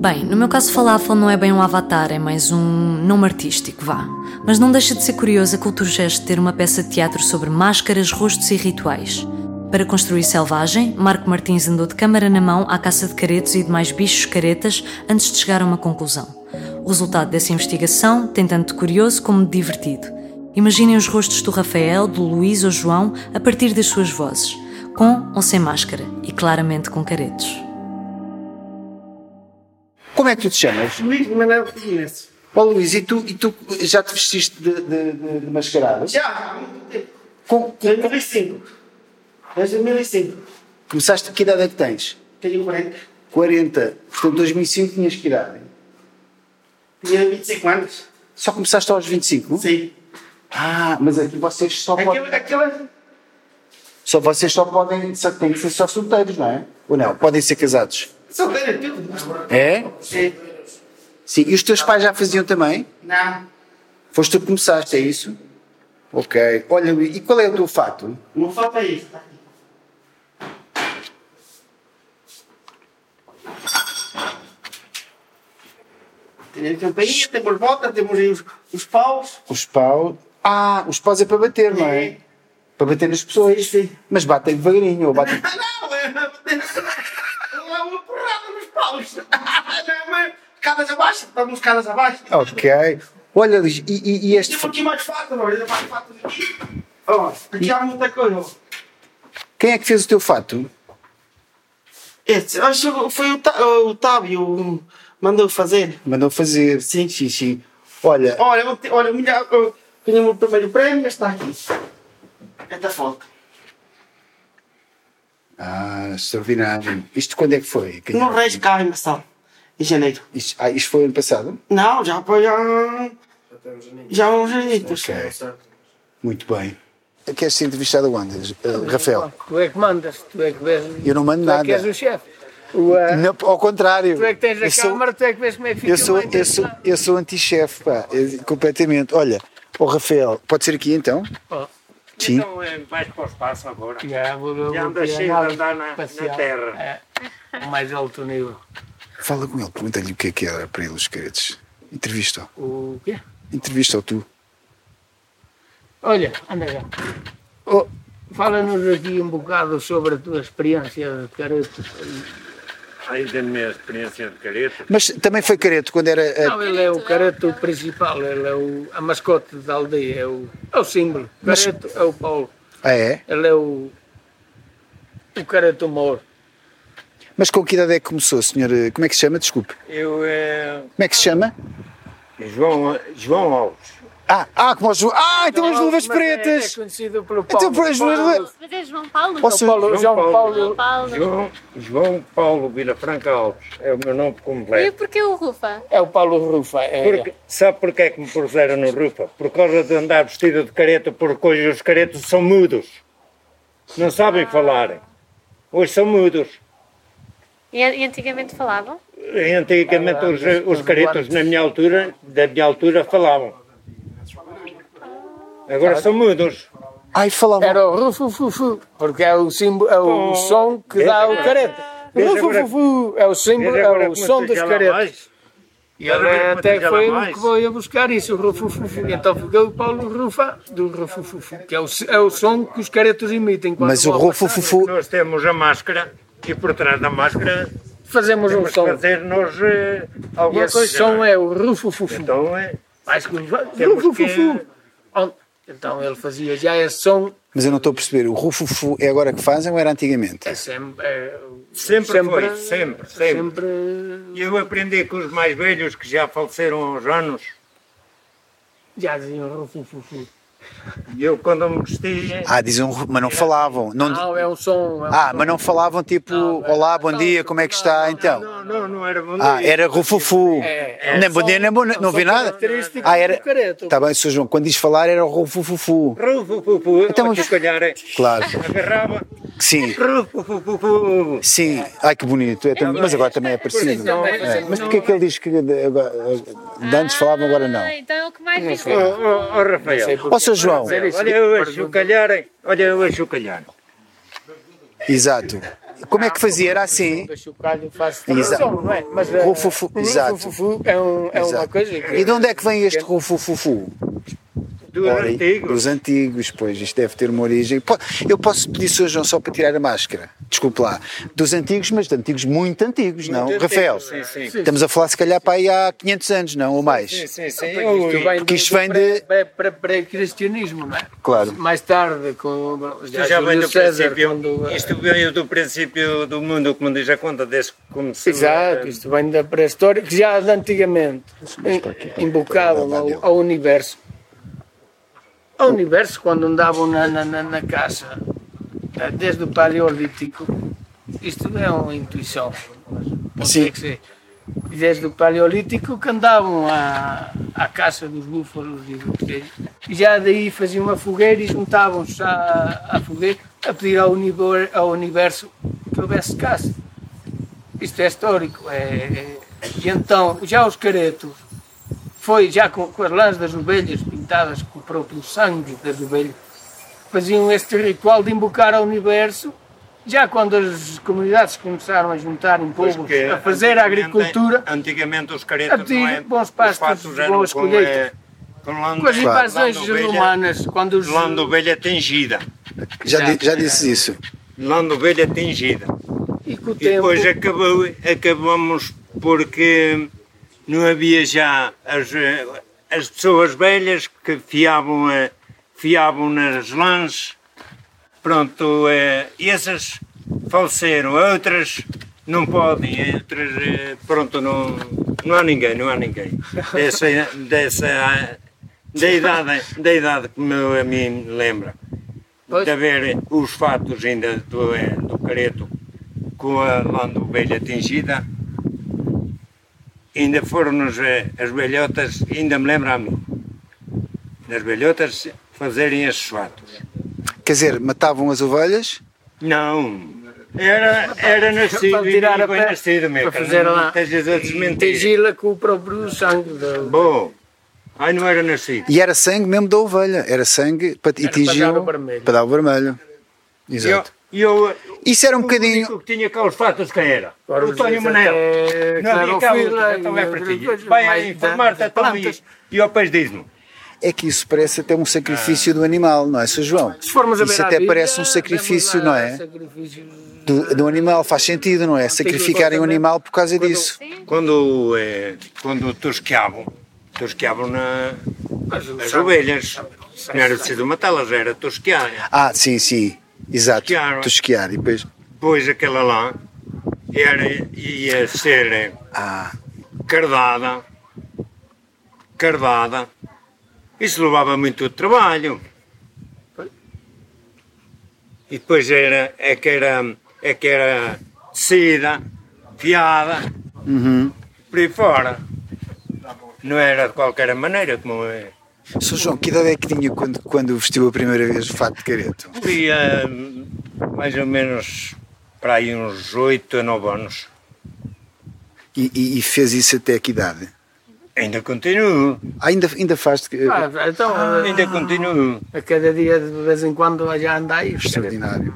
Bem, no meu caso falafel não é bem um avatar, é mais um nome artístico, vá. Mas não deixa de ser curiosa a Cultura Gesto ter uma peça de teatro sobre máscaras, rostos e rituais. Para construir Selvagem, Marco Martins andou de câmara na mão à caça de caretos e demais bichos caretas antes de chegar a uma conclusão. O resultado dessa investigação tem tanto de curioso como de divertido. Imaginem os rostos do Rafael, do Luís ou João a partir das suas vozes, com ou sem máscara e claramente com caretos. Como é que tu te chamas? Luís de Manuel Fluminense. Ó Luís, e tu, e tu já te vestiste de, de, de, de mascarada? Já, há muito tempo. Com- com- 2005. Desde 2005. começaste, que idade é que tens? Tenho 40. 40. Portanto, 2005 tinhas que idade? Tinha 25 anos. Só começaste aos 25? Sim. Ah, mas aqui vocês só podem... Aquilo, aquilo é Só vocês só podem... Só, têm que ser só solteiros, não é? Ou não? Podem ser casados. solteiro tudo. É? Sim. Sim. E os teus pais já faziam também? Não. Foste tu que começaste, é isso? Ok. Olha, e qual é o teu fato? Não falta isso. Tem a campainha, temos volta, temos aí os, os paus. Os paus... Ah, os paus é para bater, não é? Sim. Para bater nas pessoas. Sim, sim. Mas batem devagarinho, ou batem... Ah, não, é não é uma porrada nos paus. Não, mas escadas abaixo, estamos escadas abaixo. É, Ok. Olha, Luís, e, e- e este. Temos aqui mais fato, mano. Ainda mais fato aqui. Ó, aqui há muita coisa. ó. Quem é que fez o teu fato? Esse, acho que foi o, Ta- o Tábio mandou fazer. Mandou fazer. Sim. Oh. sim, sim. Olha, Olha, eu te- olha, eu me dá- eu ganhei o meu primeiro prêmio, está aqui. Esta foto. ah, extraordinário. Isto quando é que foi? Quem- No Reis Carro na sala, em janeiro. Isto, ah, isto foi ano passado? tá. Não, já foi já. Já uns anos. Ok. Muito bem. Queres ser entrevistado onde, eh, Rafael? Tu é que mandas, tu é que vês. Eu não mando tu é que nada. és o chefe. O, ah, Não, ao contrário. tu é que tens a Eu sou- câmara, tu é que vês como é que fica. Eu sou, bem, eu sou, eu sou anti-chefe, pá, eu- completamente. Olha, o Rafael, pode ser aqui então? Pode. Sim. Então é, vais para o espaço agora. Já, vou, vou, Já anda vou cheio de viajar, andar na- na passear. terra. É, o mais alto nível. Fala com ele, pergunta-lhe o que é que era para ele os caretes. Entrevista-o. O quê? Entrevista-o tu. Olha, anda cá. Oh, Fala-nos aqui um bocado sobre a tua experiência de careto. Aí da minha experiência de careta. Mas também foi careto quando era. eh, Não, ele é o careto principal, ele é o, a mascote da aldeia, é o, é o símbolo. O Mas- careto é o Paulo, Ah, é? ele é o, o careto mor. Mas com que idade é que começou, senhor? eh, Como é que se chama? Desculpe. Eu é. Como é que se chama? João, João Alves. Ah, ah como o João. Ah, então as luvas Mas é- pretas! É conhecido pelo Paulo. Então por as luvas. Mas é João Paulo? Ou seja, Paulo, João Paulo. Paulo. Paulo. João, João Paulo Vilafranca Alves. É o meu nome E completo. porquê o Rufa? É o Paulo Rufa. É, Porque, sabe porquê que me puseram no Rufa? Por causa de andar vestido de careta, porque hoje os caretos são mudos. Não sabem falar. Hoje são mudos. E, e antigamente falavam? Antigamente os, os caretos na minha altura, da minha altura, falavam. Agora são mudos. Ai, falava. Era o Rufu Fufu, porque é o, símbolo, é o Oh, som que veja dá o agora- careta. veja Rufu agora- Fufu é o símbolo, é o som dos caretas. E ele veja até quanto foi já lá o mais. que foi a buscar isso, o Rufu Fufu. Então ficou o Paulo Rufa do Rufu Fufu, que é o, é o som que os caretos emitem. quando Mas o vão Rufo passar. Fufu. Nós temos a máscara e por trás da máscara Fazemos um temos que som. fazer-nos eh, E alguma esse coisa. som não é? é o Rufu Fufu. Então é. Mais que o Temos Rufu que- Fufu. Então ele fazia já esse som Mas eu não estou a perceber. O Rufufu é agora que fazem ou era antigamente? É sempre, é, Sempre foi, sempre, sempre. sempre, Eu aprendi com os mais velhos que já faleceram há uns anos. Já diziam rufufufu. E eu quando me vesti. Ah, dizem, Ru- mas não falavam. Não... Não, é um som. é um Ah, som. mas não falavam tipo, Não, é- olá, bom não, dia, como é que está então? Não, não, não era bom Ah, dia. era Rufufu. É, é Nem bom som- dia, nem bom, não som vi nada. característico Ah, era. do careto. Está bem, Sr. João, quando diz falar era o Rufufufu. Rufufufu, Então, então, mas- se calhar eh, Claro, agarrava. sim. Rufufufu. Sim, ai que bonito, É tam- mas agora também é parecido. Não, É. Mas porquê é que ele diz que de, agora- de antes falavam, agora não? Ah, então é o que mais diz. Ó oh, Rafael, Ó, Sr. João, tipo Mas é isso. olha eu a chocalhar, olha eu a chocalhar. exato. como é que fazia? Era assim. Da chocalho faz Exato. não é? Mas, eh, Rufufu, o exato. rufufu é, um, é uma Exato. coisa que... E de onde é que vem este rufufufu? Dos Ora, antigos. Dos antigos, pois, isto deve ter uma origem. Po- Eu posso pedir, Sr. João, só para tirar a máscara. Desculpe lá. Dos antigos, mas de antigos muito antigos, não? antigos, Rafael, sim, sim. estamos a falar se calhar para aí há 500 anos, não? Ou mais? Sim, sim, sim. Porque isto Eu- vem porque do- isto do vem de- pré- pré- pré- Pré-cristianismo, não é? Claro. Mais tarde, com já Isto já vem Júlio do César, princípio. quando... Isto veio do princípio do mundo, como diz a conta, desde que começou. Exato, isto vem da pré-história, que já de antigamente em- embocavam ao, ao universo. Ao universo, quando andavam na, na, na, na caça, eh, desde o Paleolítico, isto é uma intuição. mas pode Sim. ser que seja. Desde o Paleolítico que andavam à, à caça dos búfalos e do que seja. E já daí faziam uma fogueira e juntavam-se à, à fogueira a pedir ao, univer- ao universo que houvesse caça isto é histórico. É, é- e então, já os caretos, foi já com, com as lãs das ovelhas pintadas com o próprio sangue das ovelhas, faziam este ritual de invocar ao universo. Já quando as comunidades começaram a juntar em Pois povos, que a fazer a antigamente- agricultura, Antigamente os a caretas pedir não é, bons os pastos, patos eram boas com, colheitas. eh, com lã- com as lã de invasões ovelha- romanas, quando os. Lã de ovelha tingida. Já, di- já disse isso. Lã de ovelha tingida. E com o E tempo. depois é acabou, acabamos porque não havia já as, eh, as pessoas velhas que fiavam, eh, fiavam nas lãs. Pronto, eh, essas faleceram, outras não podem, eh, outras, eh, pronto, não, não há ninguém, não há ninguém. Dessa, dessa, ah, da idade, da idade que me, a mim me lembra Pois. de haver os fatos ainda do, eh, do Careto com a lã de ovelha tingida, ainda foram-nos eh, as velhotas, ainda me lembro a mim, das velhotas fazerem esses fatos. Quer dizer, matavam as ovelhas? Não, era, era nascido Para e tirar a bem pele, nascido para mesmo. fazer não lá- estejas a desmentir. Tegi-la com o próprio sangue da. Bom, ai não era nascido. E era sangue mesmo da ovelha. Era sangue para, e Era para tingiam dar o vermelho. para dar o vermelho. Exato. E eu, e eu Isso era um O bocadinho. único que tinha cá os fatos quem era? o Tónio dizem Manel. até Não havia cá clorofila outro, então é e para outras ti. coisas, Vai mais aí informar-te da- então plantas. e, e ao pés diz-me. É que isso parece até um sacrifício do animal, não é, Sr. João? Se formos a ver isso à até Bíblia, parece um sacrifício, vemos lá não é? sacrifícios Do, do animal, faz sentido, não é? Sacrificarem um animal por causa disso. Sim. Quando, eh, quando tosqueavam, tosqueavam na, Mas o nas sangue- ovelhas. Não era preciso matá-las, era tosquear. Ah, sim, sim. Exato. Tosquear. Tosquear. E depois. Depois aquela lá era, ia ser eh, Ah, cardada, cardada. Isso levava muito trabalho. E depois era, é que era, é que era tecida, fiada, uhum. por aí fora. Não era de qualquer maneira como é. Sr. João, que idade é que tinha quando, quando vestiu a primeira vez o fato de careto? Tinha hum, mais ou menos para aí uns 8 a 9 anos. E, e- e fez isso até que idade? Ah, Ainda continuo, Ainda, ainda faz eh, de. Ah, então, ainda continuo, a cada dia de vez em quando já anda aí. Extraordinário.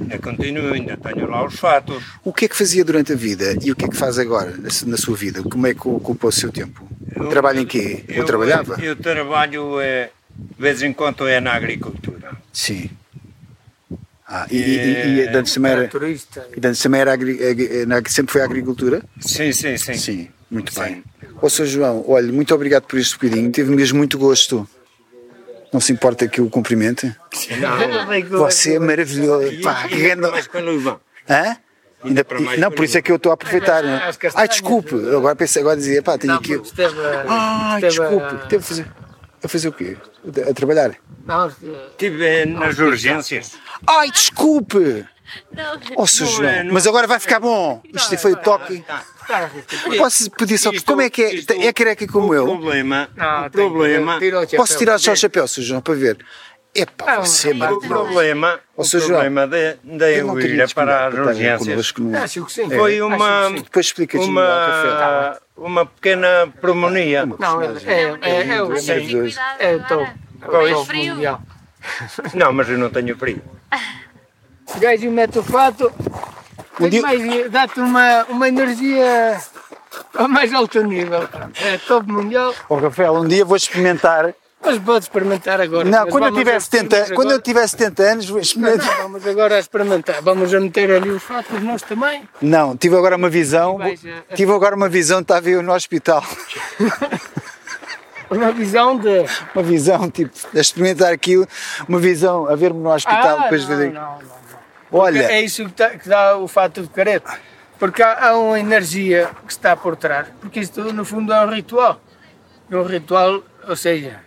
ainda continuo, ainda tenho lá os fatos. O que é que fazia durante a vida e o que é que faz agora na, su- na sua vida? Como é que ocupa o seu tempo? Eu- Trabalha em quê? Ou trabalhava? Eu trabalho eh, de vez em quando é na agricultura. Sim. Ah, e, e, É, e, e antes também era, Turista. e antes também era agri- agri- na- sempre foi a agricultura? Sim, sim, sim. Muito Sim. bem. Ô, Sr. João, olha, muito obrigado por este bocadinho. Teve mesmo muito gosto. Não se importa que o cumprimente? Você é maravilhoso. Pá, que grande... Mas com a luva. Hã? Ainda, para mais não, por isso é que eu estou a aproveitar. Né? As Ah, castanhas. desculpe. Agora pensei, agora dizia, pá, tenho Não, aqui. porque esteve a- Ah, esteve a- desculpe. Teve a fazer, a fazer o quê? A trabalhar? Não, eh, Estive eh, nas urgências. um Ai, desculpe! Não. Oh, Sr. Não, é, João, não- mas agora vai ficar bom. Isto foi o toque. está a risco. Posso pedir só, Tá, Isto- como é que isto- é? É careca como o eu? Problema, Não, o Ah, tem que- problema, tira o Posso chapéu. tirar só o chapéu, Sr. João, para ver? Epá, Ah, você é não, o maravilhoso. problema, Ô, o Sr. João, problema de, de Eu não eu queria ir discriminar, para as para estarem urgências connosco no- Acho que Tá. sim. É. foi Acho que uma, sim. Depois explicas uma, uma pequena pneumonia. Não, é, é, é, é, o- Ai, tem Sim. cuidado é, o agora. touro. Pois. É o touro Frio. mundial. Não, mas eu não tenho frio. O gajo mete o fato, Um dia- mais- dá-te uma, uma energia ao mais alto nível. pronto. É top mundial, Ó Rafael, um dia vou experimentar. mas podes experimentar agora. Não, Mas quando eu vamos tiver a- 70, vamos quando eu agora- tiver 70 anos, vou experimentar. Não, Vamos agora a experimentar. Vamos a meter ali o fato, os nós também. Não, tive agora uma visão. Vai já. Tive agora uma visão, estava eu no hospital. Uma visão de. Uma visão, tipo, a experimentar aquilo, uma visão, a ver-me no hospital depois Ah, não, de ver. não, não. Olha, É isso que, tá- que dá o fato de careta. Porque há, há uma energia que está por trás. Porque isto, no fundo, é um ritual. É um ritual, ou seja,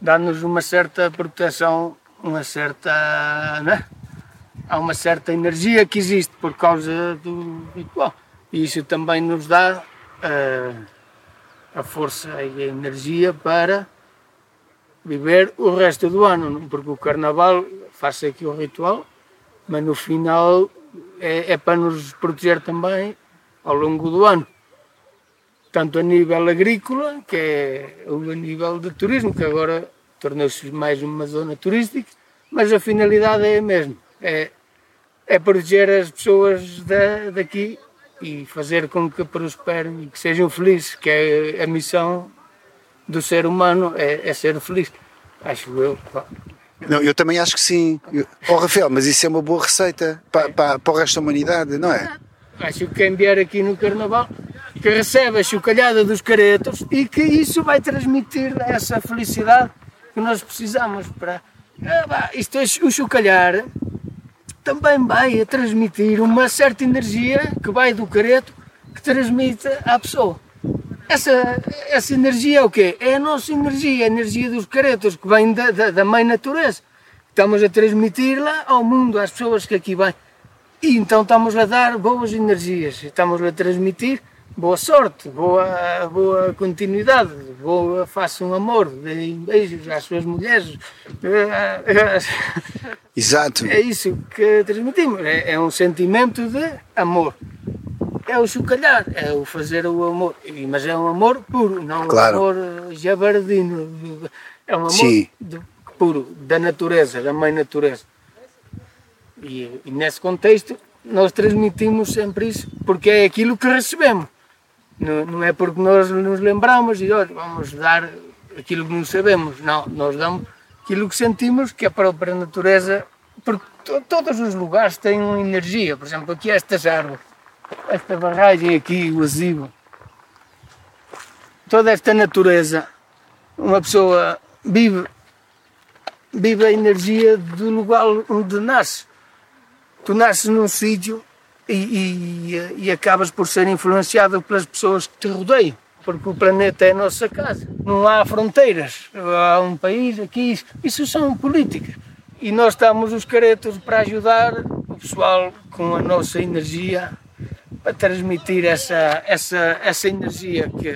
dá-nos uma certa proteção, uma certa. Né? Há uma certa energia que existe por causa do ritual. E isso também nos dá eh, a força e a energia para viver o resto do ano. não? Porque o carnaval faz aqui o ritual mas no final é, é para nos proteger também ao longo do ano. Tanto a nível agrícola, que é o a nível de turismo, que agora tornou-se mais uma zona turística, mas a finalidade é a mesma, é, é proteger as pessoas da, daqui e fazer com que prosperem e que sejam felizes, que é a missão do ser humano, é, é ser feliz. Acho eu. pá. não, eu também acho que sim. Eu, oh, Rafael, mas isso é uma boa receita para, para, para o resto da humanidade, não é? Acho que quem vier aqui no Carnaval que recebe a chocalhada dos caretos e que isso vai transmitir essa felicidade que nós precisamos para. Ah, vá, isto é, o chocalhar também vai a transmitir uma certa energia que vai do careto que transmite à pessoa. Essa, essa energia é o quê? É a nossa energia, a energia dos caretos que vem da, da, da mãe natureza. Estamos a transmiti-la ao mundo, às pessoas que aqui vêm. E então estamos a dar boas energias, estamos a transmitir boa sorte, boa, boa continuidade, boa faça um amor, deem beijos às suas mulheres. Exato. É isso que transmitimos, é, é um sentimento de amor. É o chocalhar, é o fazer o amor, E- mas é um amor puro, não Claro. um amor eh, jabardino, é um amor Sim. de- puro, da natureza, da mãe natureza. E, e nesse contexto nós transmitimos sempre isso, porque é aquilo que recebemos. Não, não é porque nós nos lembramos e olha, vamos dar aquilo que não sabemos. Não, nós damos aquilo que sentimos, que a própria natureza. Porque to- todos os lugares têm uma energia. Por exemplo, aqui estas árvores, esta barragem aqui, o azigo. Toda esta natureza, uma pessoa vive vive a energia do lugar onde nasce. Tu nasces num sítio e, e- e acabas por ser influenciado pelas pessoas que te rodeiam, porque o planeta é a nossa casa. Não há fronteiras, há um país aqui, isso- isso são políticas. E nós estamos os caretos para ajudar o pessoal com a nossa energia, para transmitir essa, essa, essa energia que,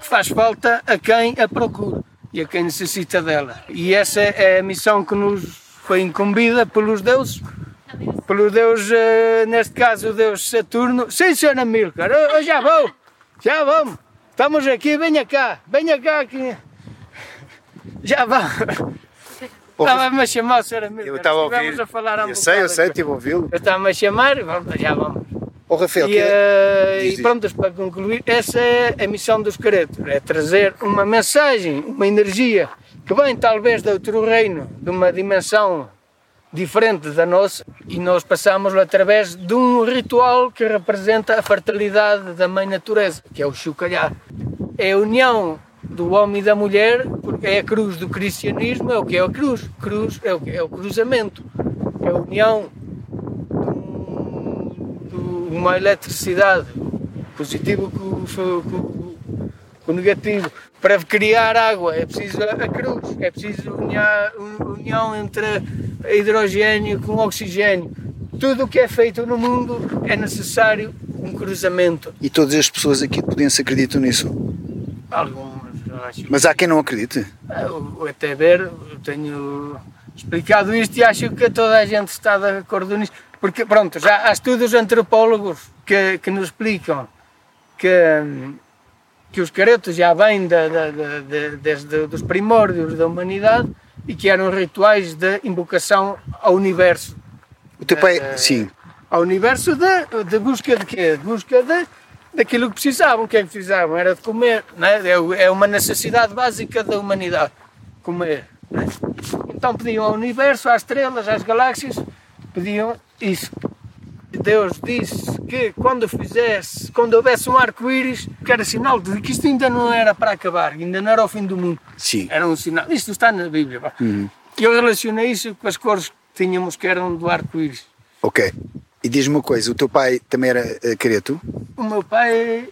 que faz falta a quem a procura e a quem necessita dela. E essa é a missão que nos foi incumbida pelos deuses. Pelo Deus, eh, neste caso, o Deus Saturno. Sim, senhor Amílcar, eu, eu já vou, já vamos. Estamos aqui, venha cá, venha cá. Que... Já vamos. Estava-me a chamar o senhor Amílcar. Estivemos a falar há um bocado. estive a ouvi-lo. Eu estava-me a chamar, vamos, já vamos. Ó Rafael, E, que- é- eh, Diz, e diz. pronto, para concluir, essa é a missão dos caretos, é trazer uma mensagem, uma energia que vem talvez de outro reino, de uma dimensão diferente da nossa e nós passamos através de um ritual que representa a fertilidade da mãe natureza, que é o chocalhar. É a união do homem e da mulher, porque é a cruz do cristianismo, é o que é a cruz, cruz é o, que é o cruzamento, é a união do- uma eletricidade positivo com, o fe- com, o- com o negativo para criar água é preciso a a cruz é preciso unhar- un- união entre hidrogênio com oxigênio tudo o que é feito no mundo é necessário um cruzamento E todas as pessoas aqui de Podense acreditam nisso. algumas eu acho Mas há quem não acredite. Eu, até ver, eu tenho explicado isto e acho que toda a gente está de acordo nisso. Porque, pronto, já há estudos antropólogos que, que nos explicam que, hum, que os caretos já vêm da- da- da- da- desde os primórdios da humanidade e que eram rituais de invocação ao universo. O teu pai, sim, Ao universo de, de busca de quê? De busca de, daquilo que precisavam. O que é que precisavam? Era de comer. Não é? É o- é uma necessidade básica da humanidade. Comer. não é? Então pediam ao universo, às estrelas, às galáxias, pediam isso. Deus disse que quando fizesse, quando houvesse um arco-íris, que era sinal de que isto ainda não era para acabar, ainda não era o fim do mundo. sim. Era um sinal. Isto está na Bíblia. pá. Eu relacionei isso com as cores que tínhamos que eram do arco-íris. Ok. E diz-me uma coisa, o teu pai também era eh, careto? O meu pai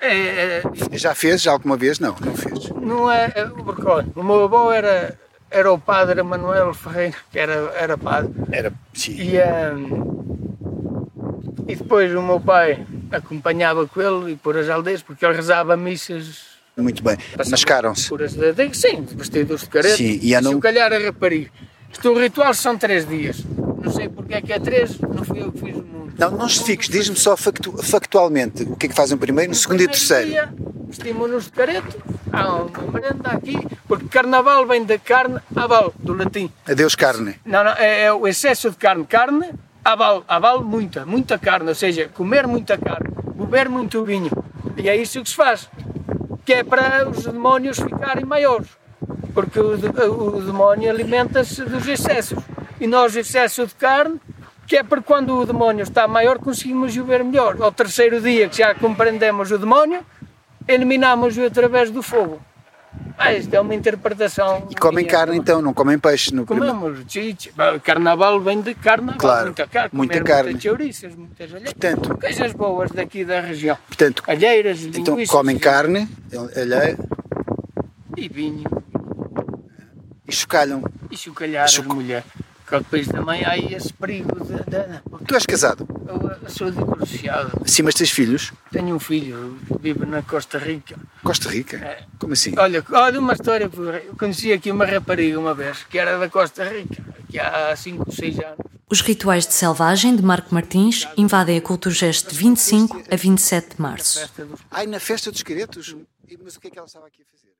é, é- Já fez? Já alguma vez? Não, não fez. não é, é o Bercolho. O meu avô era, era o padre Manuel Ferreira, que era, era padre. Era, sim. E, hum, e depois o meu pai acompanhava com ele e por as aldeias, porque ele rezava missas Muito bem. Mascaram-se. Por as aldeias, sim, vestidos de careta. Sim, e andam- Se eu calhar a rapariga. Isto, o ritual são três dias. Não sei porque é que é três, não fui eu que fiz o mundo. Não, não justifiques, diz-me só factu- factualmente o que é que fazem primeiro, no segundo e terceiro. Vestimos-nos de careto, há uma merenda aqui, porque carnaval vem da carne, aval, do latim. Adeus carne. Não, não, é, é o excesso de carne. Carne, aval, aval, muita, muita carne. Ou seja, comer muita carne, beber muito vinho. E é isso que se faz. Que é para os demónios ficarem maiores. Porque o, de- o demónio alimenta-se dos excessos. E nós, excesso de carne, que é para quando o demónio está maior, conseguimos viver melhor. Ao terceiro dia que já compreendemos o demónio, eliminamos-o através do fogo. Ah, isto é uma interpretação. E comem minha carne também. então, não comem peixe no primeiro. Comemos chicha. Bom, Carnaval vem de carnaval. Claro, muita carne. muita comer carne. Muitas chouriças, muitas alheiras. Portanto- Coisas boas daqui da região. Portanto, Alheiras, então linguiças. comem carne, alheia, E vinho. e chocalham. E chocalhar as Choco- mulher. Porque depois também há aí esse perigo de... de- porque Tu és casado? eu, eu sou divorciado. Sim, mas tens filhos? Tenho um filho. Vive na Costa Rica. Costa Rica? Como assim? Olha, olha uma história. porra. Eu conheci aqui uma rapariga uma vez. Que era da Costa Rica. Que há 5, 6 anos. Os rituais de selvagem de Marco Martins invadem a Culturgest de 25 a 27 de março. Festa dos Ai, na festa dos caretos? E- Mas o que é que ela estava aqui a fazer?